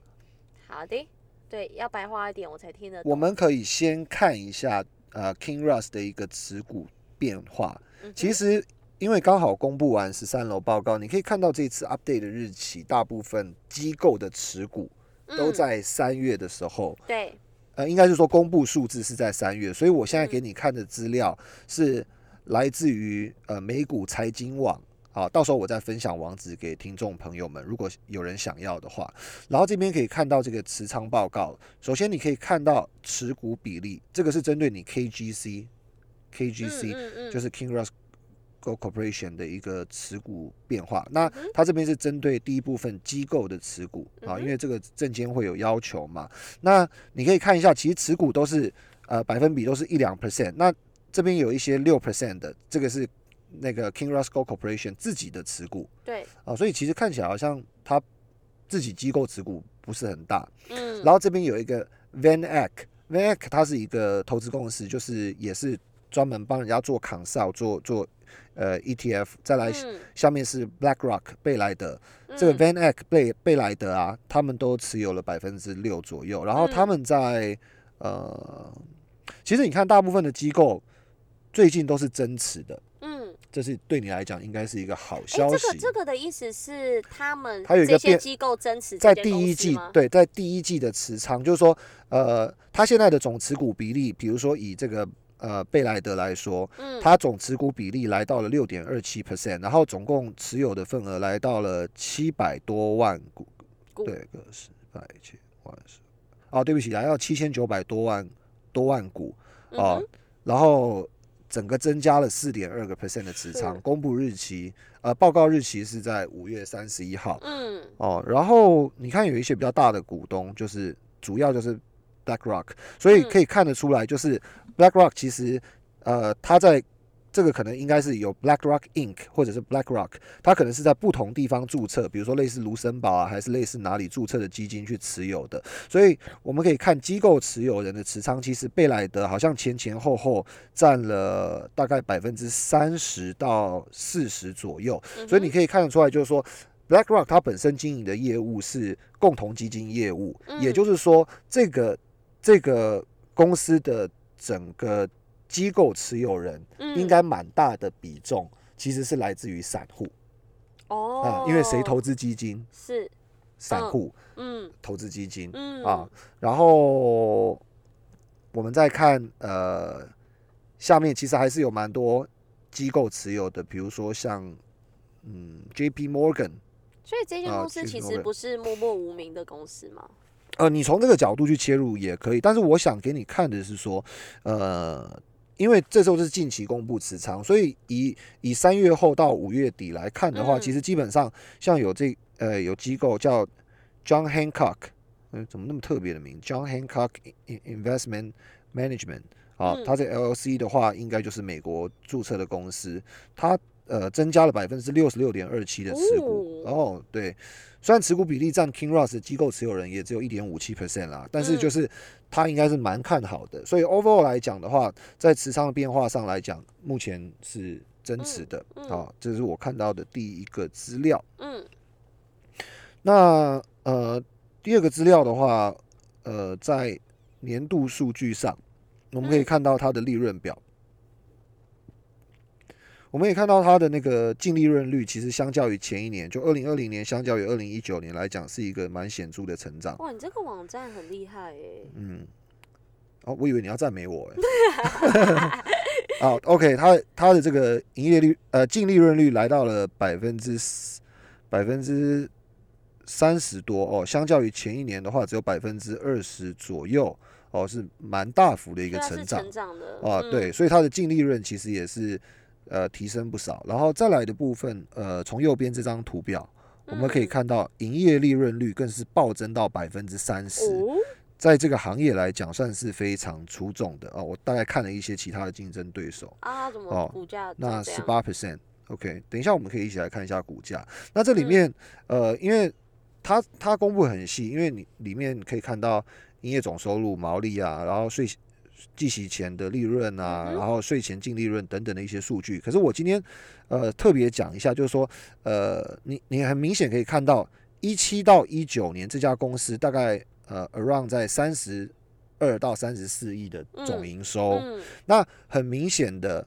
Speaker 1: 好的，对，要白话一点我才听得
Speaker 2: 我
Speaker 1: 懂。
Speaker 2: 们可以先看一下呃 King Russ 的一个持股变化。
Speaker 1: 嗯
Speaker 2: 其实因为刚好公布完十三楼报告，你可以看到这次 update 的日期，大部分机构的持股
Speaker 1: 哼
Speaker 2: 都、
Speaker 1: 嗯
Speaker 2: 在三月的时候。
Speaker 1: 对，
Speaker 2: 呃，应该是说公布数字是在三月，所以我现在给你看的资料是来自于呃美股财经网。好，到时候我再分享网址给听众朋友们，如果有人想要的话。然后这边可以看到这个持仓报告，首先你可以看到持股比例，这个是针对你 KGC，KGC
Speaker 1: 嗯嗯嗯
Speaker 2: 就是 King Russ Go Corporation 的一个持股变化。那它这边是针对第一部分机构的持股啊，因为这个证监会有要求嘛。那你可以看一下，其实持股都是呃百分比都是一两 percent，那这边有一些六 percent 的，这个是那个 King Roscoe Corporation 自己的持股
Speaker 1: 对，
Speaker 2: 啊，所以其实看起来好像它自己机构持股不是很大。
Speaker 1: 嗯，
Speaker 2: 然后这边有一个 Van Eck，Van Eck 它是一个投资公司，就是也是专门帮人家做 consult 做做呃 ETF，再来
Speaker 1: 嗯
Speaker 2: 下面是 BlackRock 贝莱德，这个
Speaker 1: 嗯
Speaker 2: Van Eck 贝贝莱德啊，他们都持有了百分之六左右。然后他
Speaker 1: 嗯
Speaker 2: 们在、呃，其实你看大部分的机构最近都是增持的，
Speaker 1: 嗯，
Speaker 2: 这是对你来讲应该是一个好
Speaker 1: 哎、
Speaker 2: 消息。
Speaker 1: 这个这个的意思是他们
Speaker 2: 它有一
Speaker 1: 这
Speaker 2: 个
Speaker 1: 些
Speaker 2: 变
Speaker 1: 机构增持这
Speaker 2: 在
Speaker 1: 间
Speaker 2: 第
Speaker 1: 公
Speaker 2: 一
Speaker 1: 司
Speaker 2: 季
Speaker 1: 吗，
Speaker 2: 对，在第一季的持仓，就是说，呃，它现在的总持股比例，比如说以这个呃贝莱德来说，
Speaker 1: 嗯，
Speaker 2: 它总持股比例来到了六点二七 percent，然后总共持有的份额来到了七百多万股，
Speaker 1: 股
Speaker 2: 对，个十百千万十，哦，对不起，来到七千九百多万多万股
Speaker 1: 嗯
Speaker 2: 哦，
Speaker 1: 哼
Speaker 2: 然后整个增加了四点二个 percent 的持
Speaker 1: 是
Speaker 2: 仓，公布日期，呃，报告日期是在五月三十一号。
Speaker 1: 嗯
Speaker 2: 哦，然后你看有一些比较大的股东，就是主要就是 BlackRock，所以
Speaker 1: 嗯
Speaker 2: 可以看得出来，就是 BlackRock 其实呃，它在这个可能应该是有 BlackRock Inc 或者是 BlackRock，它可能是在不同地方注册，比如说类似卢森堡啊，还是类似哪里注册的基金去持有的。所以我们可以看机构持有人的持仓，其实贝莱德好像前前后后占了大概百分之三十到四十左右，
Speaker 1: 嗯
Speaker 2: 所以
Speaker 1: 哼
Speaker 2: 你可以看得出来，就是说 BlackRock 它本身经营的业务是共同基金业务，也
Speaker 1: 嗯
Speaker 2: 就是说，这个这个公司的整个机构持有人
Speaker 1: 嗯
Speaker 2: 应该蛮大的比重。其实是来自于散户
Speaker 1: 哦
Speaker 2: 啊、，因为谁投资基金，
Speaker 1: 是
Speaker 2: 散
Speaker 1: 嗯
Speaker 2: 户
Speaker 1: 嗯
Speaker 2: 投资基金
Speaker 1: 嗯
Speaker 2: 啊。然后我们再看呃，下面其实还是有蛮多机构持有的，比如说像嗯 J.P. Morgan，
Speaker 1: 所以这间
Speaker 2: 啊
Speaker 1: 公司
Speaker 2: 其
Speaker 1: 其
Speaker 2: 实
Speaker 1: 实
Speaker 2: 我
Speaker 1: 不是默默无名的公司嘛？
Speaker 2: 呃，你从这个角度去切入也可以，但是我想给你看的是说，呃，因为这时候是近期公布持仓，所以以以三月后到五月底来看的话，
Speaker 1: 嗯
Speaker 2: 其实基本上像有这呃有机构叫 John Hancock，嗯、怎么那么特别的名？John Hancock In- Investment Management 啊
Speaker 1: 嗯，
Speaker 2: 它这 LLC 的话，应该就是美国注册的公司，它呃增加了百分之六十六点二七的持股，
Speaker 1: 哦
Speaker 2: 哦，对，虽然持股比例占 King Ross 的机构持有人也只有一点五七 percent 啦，但是
Speaker 1: 嗯
Speaker 2: 就是它应该是蛮看好的，所以 overall 来讲的话，在持仓的变化上来讲，目前是增持的
Speaker 1: 嗯嗯
Speaker 2: 啊，这是我看到的第一个资料。
Speaker 1: 嗯
Speaker 2: 那呃，第二个资料的话，呃，在年度数据上，我们可以
Speaker 1: 嗯
Speaker 2: 看到它的利润表，我们也看到它的那个净利润率，其实相较于前一年，就二零二零年相较于二零一九年来讲，是一个蛮显著的成长。
Speaker 1: 哇，你这个网站很厉害耶！
Speaker 2: 嗯，哦，我以为你要赞美我哎。 好，OK，它它的这个营业率呃净利润率来到了百分之百分之三十多哦，相较于前一年的话只有百分之二十左右哦，是蛮大幅的一
Speaker 1: 一
Speaker 2: 个成
Speaker 1: 是
Speaker 2: 长
Speaker 1: 成长的
Speaker 2: 啊，
Speaker 1: 嗯
Speaker 2: 对，所以它的净利润其实也是呃提升不少。然后再来的部分，呃，从右边这张图表。我们可以
Speaker 1: 嗯
Speaker 2: 看到，营业利润率更是暴增到百分之三十，
Speaker 1: 哦，
Speaker 2: 在这个行业来讲，算是非常出众的啊、我大概看了一些其他的竞争对手，
Speaker 1: 啊，怎么
Speaker 2: 哦
Speaker 1: 股价
Speaker 2: 那
Speaker 1: 长这
Speaker 2: 十
Speaker 1: 样
Speaker 2: 八 percent。OK，等一下我们可以一起来看一下股价。那这
Speaker 1: 嗯
Speaker 2: 里面，呃，因为它它公布很细，因为你里面可以看到营业总收入、毛利啊，然后税计息前的利润
Speaker 1: 嗯
Speaker 2: 啊，
Speaker 1: 哼
Speaker 2: 然后税前净利润等等的一些数据。可是我今天呃特别讲一下，就是说，呃，你你很明显可以看到，一七到一九年这家公司大概呃 around 在三十二到三十四亿的总
Speaker 1: 嗯
Speaker 2: 营收。
Speaker 1: 嗯
Speaker 2: 那很明显的，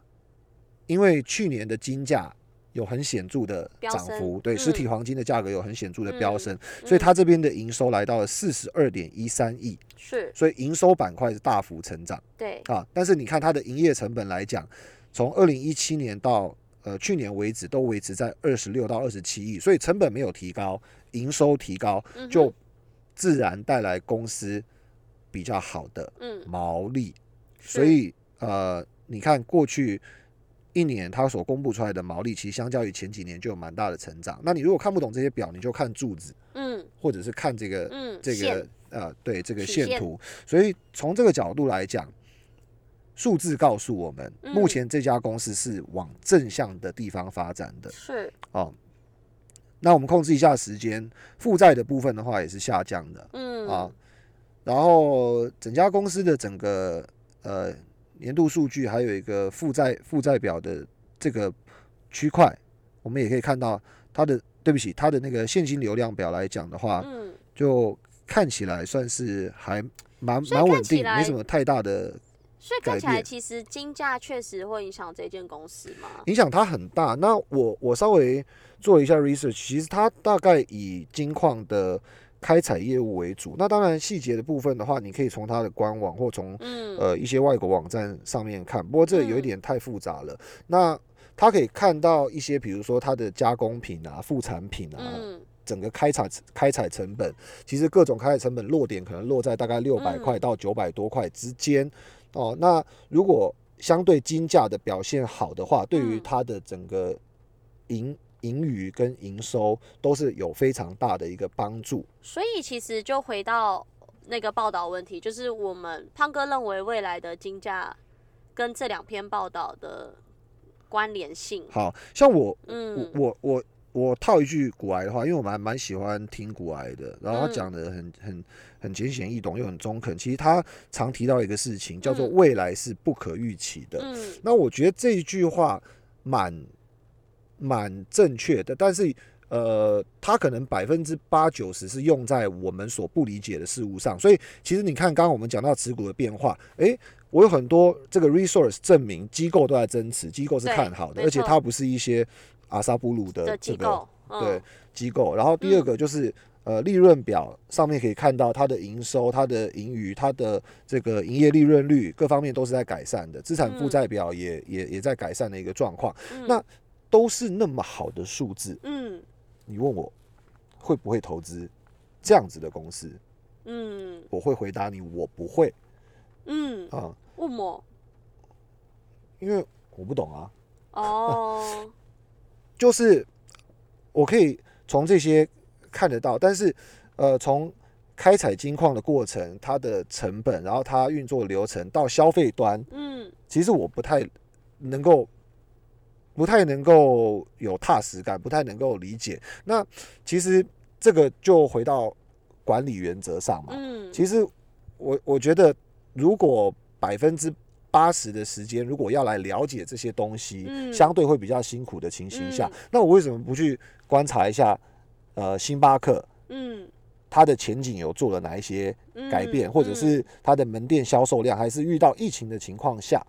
Speaker 2: 因为去年的金价有很显著的
Speaker 1: 飙
Speaker 2: 涨幅
Speaker 1: 升，
Speaker 2: 对，实体
Speaker 1: 嗯
Speaker 2: 黄金的价格有很显著的飙
Speaker 1: 嗯
Speaker 2: 升，所以
Speaker 1: 嗯
Speaker 2: 它这边的营收来到了四十二点一三亿，
Speaker 1: 是
Speaker 2: 所以营收板块是大幅成长
Speaker 1: 对，
Speaker 2: 啊。但是你看它的营业成本来讲，从二零一七年到呃去年为止都维持在二十六到二十七亿，所以成本没有提高，营收提高
Speaker 1: 嗯
Speaker 2: 就
Speaker 1: 哼
Speaker 2: 自然带来公司比较好的
Speaker 1: 嗯
Speaker 2: 毛利。
Speaker 1: 是
Speaker 2: 所以呃，你看过去一年它所公布出来的毛利，其实相较于前几年就有蛮大的成长。那你如果看不懂这些表，你就看柱子，
Speaker 1: 嗯
Speaker 2: 或者是看这个
Speaker 1: 嗯，
Speaker 2: 这个
Speaker 1: 线
Speaker 2: 呃，对这个
Speaker 1: 曲
Speaker 2: 线
Speaker 1: 线
Speaker 2: 图。所以从这个角度来讲，数字告诉我们，目
Speaker 1: 嗯
Speaker 2: 前这家公司是往正向的地方发展的
Speaker 1: 是
Speaker 2: 哦。那我们控制一下时间，负债的部分的话也是下降的
Speaker 1: 嗯
Speaker 2: 啊。然后整家公司的整个呃年度数据，还有一个负债负债表的这个区块，我们也可以看到它的对不起，它的那个现金流量表来讲的话，
Speaker 1: 嗯，
Speaker 2: 就看起来算是还蛮
Speaker 1: 所以
Speaker 2: 蛮稳
Speaker 1: 看起
Speaker 2: 定，没
Speaker 1: 来
Speaker 2: 什么太大的
Speaker 1: 所以看
Speaker 2: 改
Speaker 1: 起来
Speaker 2: 变
Speaker 1: 其实金价确实会影响这间公司嘛，
Speaker 2: 影响它很大。那我我稍微做了一下 research，其实它大概以金矿的开采业务为主。那当然细节的部分的话，你可以从它的官网或从
Speaker 1: 嗯
Speaker 2: 呃一些外国网站上面看。不过这有一
Speaker 1: 嗯
Speaker 2: 点太复杂了。那它可以看到一些，比如说它的加工品啊、副产品啊，
Speaker 1: 嗯
Speaker 2: 整个开采开采成本，其实各种开采成本落点可能落在大概六百
Speaker 1: 嗯
Speaker 2: 块到九百多块之间、哦。那如果相对金价的表现好的话，对于
Speaker 1: 嗯
Speaker 2: 它的整个盈盈余跟营收都是有非常大的一个帮助。
Speaker 1: 所以其实就回到那个报道问题，就是我们胖哥认为未来的金价跟这两篇报道的关联性，
Speaker 2: 好像我我
Speaker 1: 嗯
Speaker 2: 我我我套一句古癌的话，因为我们还蛮喜欢听古癌的，然后
Speaker 1: 嗯
Speaker 2: 他讲的很很很浅显易懂又很中肯。其实他常提到一个事情，叫做
Speaker 1: 嗯
Speaker 2: 未来是不可预期的。
Speaker 1: 嗯
Speaker 2: 那我觉得这一句话蛮蛮正确的，但是呃，它可能百分之八九十是用在我们所不理解的事物上。所以其实你看，刚刚我们讲到持股的变化，诶，我有很多这个 resource 证明机构都在增持，机构是
Speaker 1: 对
Speaker 2: 看好的，
Speaker 1: 没
Speaker 2: 而且
Speaker 1: 错
Speaker 2: 它不是一些阿萨布鲁的
Speaker 1: 的
Speaker 2: 呃这
Speaker 1: 机
Speaker 2: 个
Speaker 1: 构，
Speaker 2: 对
Speaker 1: 嗯
Speaker 2: 机构。然后第二个就是、呃利润表上面可以看到它的营收、它的盈余、它的这个营业利润率各方面都是在改善的，资产负
Speaker 1: 嗯
Speaker 2: 债表也、也也在改善的一个状况，
Speaker 1: 嗯
Speaker 2: 那都是那么好的数字，
Speaker 1: 嗯
Speaker 2: 你问我会不会投资这样子的公司，
Speaker 1: 嗯
Speaker 2: 我会回答你我不会
Speaker 1: 嗯，
Speaker 2: 啊、
Speaker 1: 为么？
Speaker 2: 因为我不懂啊，
Speaker 1: 哦，
Speaker 2: 就是我可以从这些看得到，但是呃，从开采金矿的过程、它的成本，然后它运作流程到消费端，
Speaker 1: 嗯
Speaker 2: 其实我不太能够，不太能够有踏实感，不太能够理解。那其实这个就回到管理原则上嘛。
Speaker 1: 嗯，
Speaker 2: 其实我我觉得，如果百分之八十的时间，如果要来了解这些东西，
Speaker 1: 嗯
Speaker 2: 相对会比较辛苦的情形下，
Speaker 1: 嗯
Speaker 2: 那我为什么不去观察一下？呃，星巴克
Speaker 1: 嗯
Speaker 2: 它的前景有做了哪一些改变，
Speaker 1: 嗯
Speaker 2: 或者是它的门店销售量，还是遇到疫情的情况下，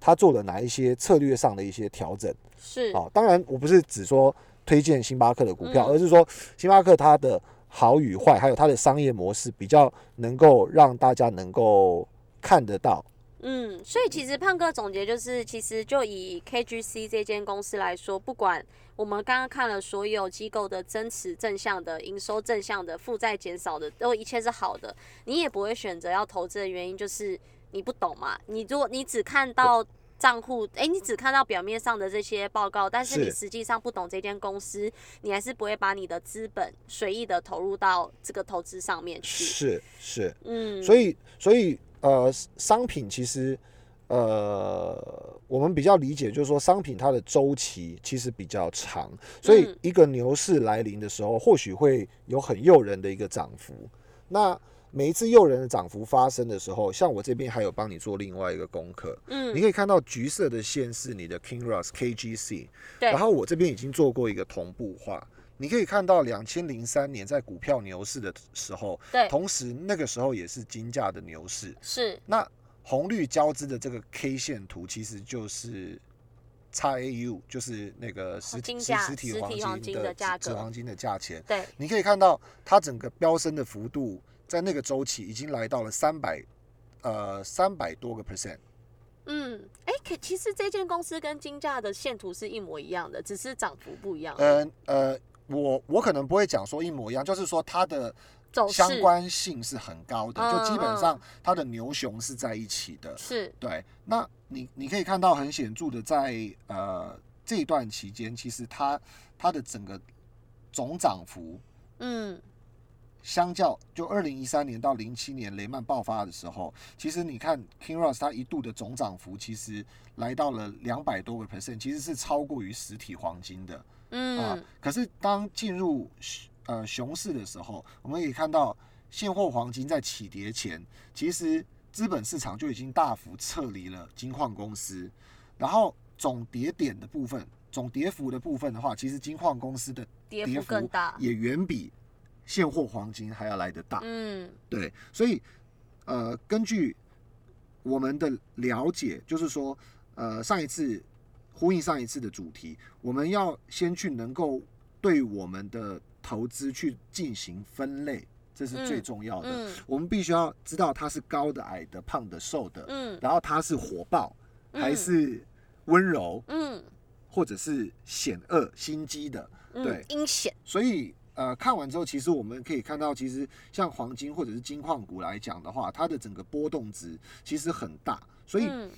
Speaker 2: 它做了哪一些策略上的一些调整？
Speaker 1: 嗯是
Speaker 2: 啊，当然我不是只说推荐星巴克的股票，
Speaker 1: 嗯
Speaker 2: 而是说星巴克它的好与坏，还有它的商业模式，比较能够让大家能够看得到。
Speaker 1: 嗯，所以其实胖哥总结就是，其实就以 KGC 这间公司来说，不管我们刚刚看了所有机构的增持正向的、营收正向的、负债减少的，都一切是好的，你也不会选择要投资的原因就是你不懂嘛。你如果你只看到账户，诶，你只看到表面上的这些报告，但是你
Speaker 2: 是
Speaker 1: 实际上不懂这间公司，你还是不会把你的资本随意的投入到这个投资上面去。
Speaker 2: 是是，
Speaker 1: 嗯，
Speaker 2: 所以所以呃，商品其实呃，我们比较理解就是说，商品它的周期其实比较长，所以
Speaker 1: 嗯
Speaker 2: 一个牛市来临的时候，或许会有很诱人的一个涨幅。那每一次诱人的涨幅发生的时候，像我这边还有帮你做另外一个功课，你
Speaker 1: 嗯，
Speaker 2: 可以看到橘色的线是你的 Kinross KGC，
Speaker 1: 对
Speaker 2: 然后我这边已经做过一个同步化，你可以看到两千零三年在股票牛市的时候，
Speaker 1: 对，
Speaker 2: 同时那个时候也是金价的牛市。
Speaker 1: 是，
Speaker 2: 那红绿交织的这个 K 线图其实就是。XAU 就是那个实体
Speaker 1: 哦金
Speaker 2: 实
Speaker 1: 价
Speaker 2: 实体
Speaker 1: 实体
Speaker 2: 黄
Speaker 1: 黄
Speaker 2: 金
Speaker 1: 金
Speaker 2: 的
Speaker 1: 的价
Speaker 2: 纸
Speaker 1: 格
Speaker 2: 黄金的价钱，
Speaker 1: 对，
Speaker 2: 你可以看到它整个飙升的幅度，在那个周期已经来到了三百呃三百多个 percent。
Speaker 1: 嗯，哎、可其实这间公司跟金价的线图是一模一样的，只
Speaker 2: 呃
Speaker 1: 是涨幅不一样。
Speaker 2: 呃呃，我我可能不会讲说一模一样，就是说它的
Speaker 1: 走势
Speaker 2: 相关性是很高的，
Speaker 1: 嗯
Speaker 2: 就基本上它的牛熊是在一起的。
Speaker 1: 是
Speaker 2: 对，那你你可以看到很显著的在，呃这一段期间，其实它它的整个总涨幅，
Speaker 1: 嗯
Speaker 2: 相较就二零一三年到零七年雷曼爆发的时候，其实你看 Kinross 它一度的总涨幅其实来到了两百多个 percent，其实是超过于实体黄金的。啊
Speaker 1: 嗯，
Speaker 2: 可是当进入呃熊市的时候，我们可以看到现货黄金在起跌前，其实资本市场就已经大幅撤离了金矿公司，然后总跌点的部分，总跌幅的部分的话，其实金矿公司的
Speaker 1: 跌
Speaker 2: 跌
Speaker 1: 幅
Speaker 2: 幅
Speaker 1: 更大，
Speaker 2: 也远比现货黄金还要来得大。
Speaker 1: 嗯
Speaker 2: 对，所以呃，根据我们的了解，就是说，呃，上一次呼应上一次的主题，我们要先去能够对我们的投资去进行分类，这是最
Speaker 1: 嗯
Speaker 2: 重要的。
Speaker 1: 嗯
Speaker 2: 我们必须要知道它是高的、矮的、胖的、瘦的，
Speaker 1: 嗯
Speaker 2: 然后它是火爆还
Speaker 1: 嗯
Speaker 2: 是温柔，
Speaker 1: 嗯
Speaker 2: 或者是险恶、心机的。对
Speaker 1: 嗯，阴险，
Speaker 2: 所以呃，看完之后，其实我们可以看到，其实像黄金或者是金矿股来讲的话，它的整个波动值其实很大，所以
Speaker 1: 嗯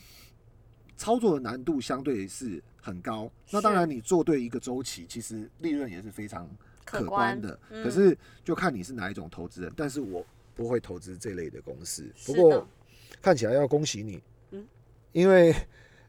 Speaker 2: 操作的难度相对是很高。那当然，你做对一个周期，其实利润也是非常
Speaker 1: 可
Speaker 2: 可
Speaker 1: 观
Speaker 2: 观的。
Speaker 1: 嗯
Speaker 2: 可是就看你是哪一种投资人，但是我不会投资这类的公司。不
Speaker 1: 是
Speaker 2: 过
Speaker 1: 的
Speaker 2: 看起来要恭喜你，
Speaker 1: 嗯
Speaker 2: 因为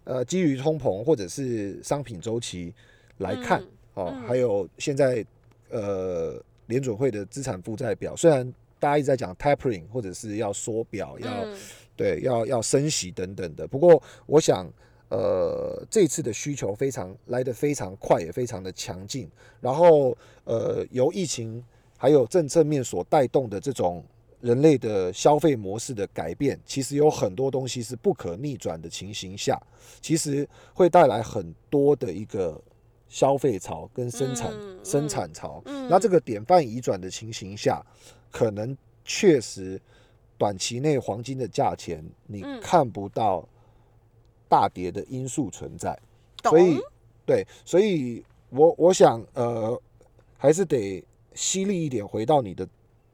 Speaker 2: 呃，基于通膨或者是商品周期来看。
Speaker 1: 嗯
Speaker 2: 哦，
Speaker 1: 嗯
Speaker 2: 还有现在呃联准会的资产负债表，虽然大家一直在讲 tapering 或者是要缩表，要、
Speaker 1: 嗯
Speaker 2: 对要要升息等等的，不过我想。呃，这次的需求非常来得非常快，也非常的强劲。然后，呃，由疫情还有政策面所带动的这种人类的消费模式的改变，其实有很多东西是不可逆转的情形下，其实会带来很多的一个消费潮跟生产、
Speaker 1: 嗯
Speaker 2: 生产潮。
Speaker 1: 嗯
Speaker 2: 那这个典范移转的情形下，可能确实短期内黄金的价钱你
Speaker 1: 嗯
Speaker 2: 看不到大跌的因素存在，
Speaker 1: 懂
Speaker 2: 所以对，所以我我想呃还是得犀利一点，回到你的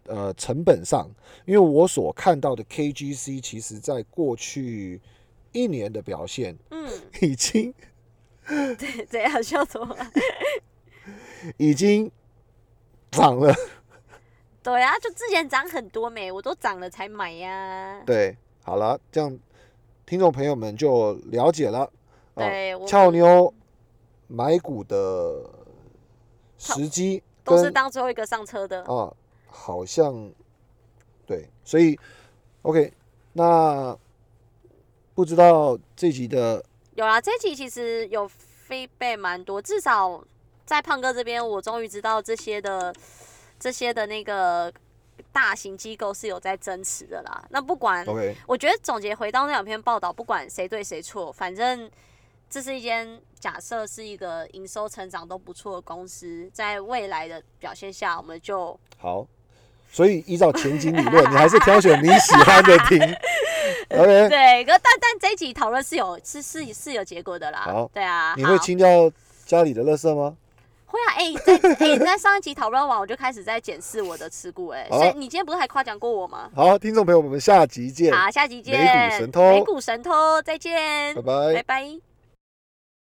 Speaker 2: 呃成本上，因为我所看到的 KGC 其实在过去一年的表现
Speaker 1: 嗯，
Speaker 2: 已经
Speaker 1: 对，怎样笑什么？
Speaker 2: 已经涨了，
Speaker 1: 对啊，就之前涨很多没，我都涨了才买呀。
Speaker 2: 对，好了，这样听众朋友们就了解了。哦
Speaker 1: 对，我
Speaker 2: 俏妞买股的时机
Speaker 1: 都是
Speaker 2: 跟
Speaker 1: 当最后一个上车的。
Speaker 2: 啊，好像对，所以 OK，那不知道这集的
Speaker 1: 有啦，这一集其实有 feedback 蛮多，至少在胖哥这边，我终于知道这些的这些的那个大型机构是有在增持的啦。那不管
Speaker 2: OK，
Speaker 1: 我觉得总结回到那两篇报道，不管谁对谁错，反正这是一间假设是一个营收成长都不错的公司，在未来的表现下，我们就
Speaker 2: 好，所以依照前景理论，你还是挑选你喜欢 的听。OK，
Speaker 1: 对。可但但这一集讨论是有是是是有结果的啦。
Speaker 2: 好
Speaker 1: 对啊，
Speaker 2: 你会
Speaker 1: 好
Speaker 2: 清掉家里的垃圾吗？
Speaker 1: 会啊，哎、在哎、在上一集讨论完，我就开始在检视我的持股、哎、
Speaker 2: 好啊
Speaker 1: 所以你今天不是还夸奖过我吗？
Speaker 2: 好，听众朋友们，我们下集见，
Speaker 1: 好，下集见，
Speaker 2: 美股神偷
Speaker 1: 美股神偷，再见，
Speaker 2: 拜拜
Speaker 1: 拜拜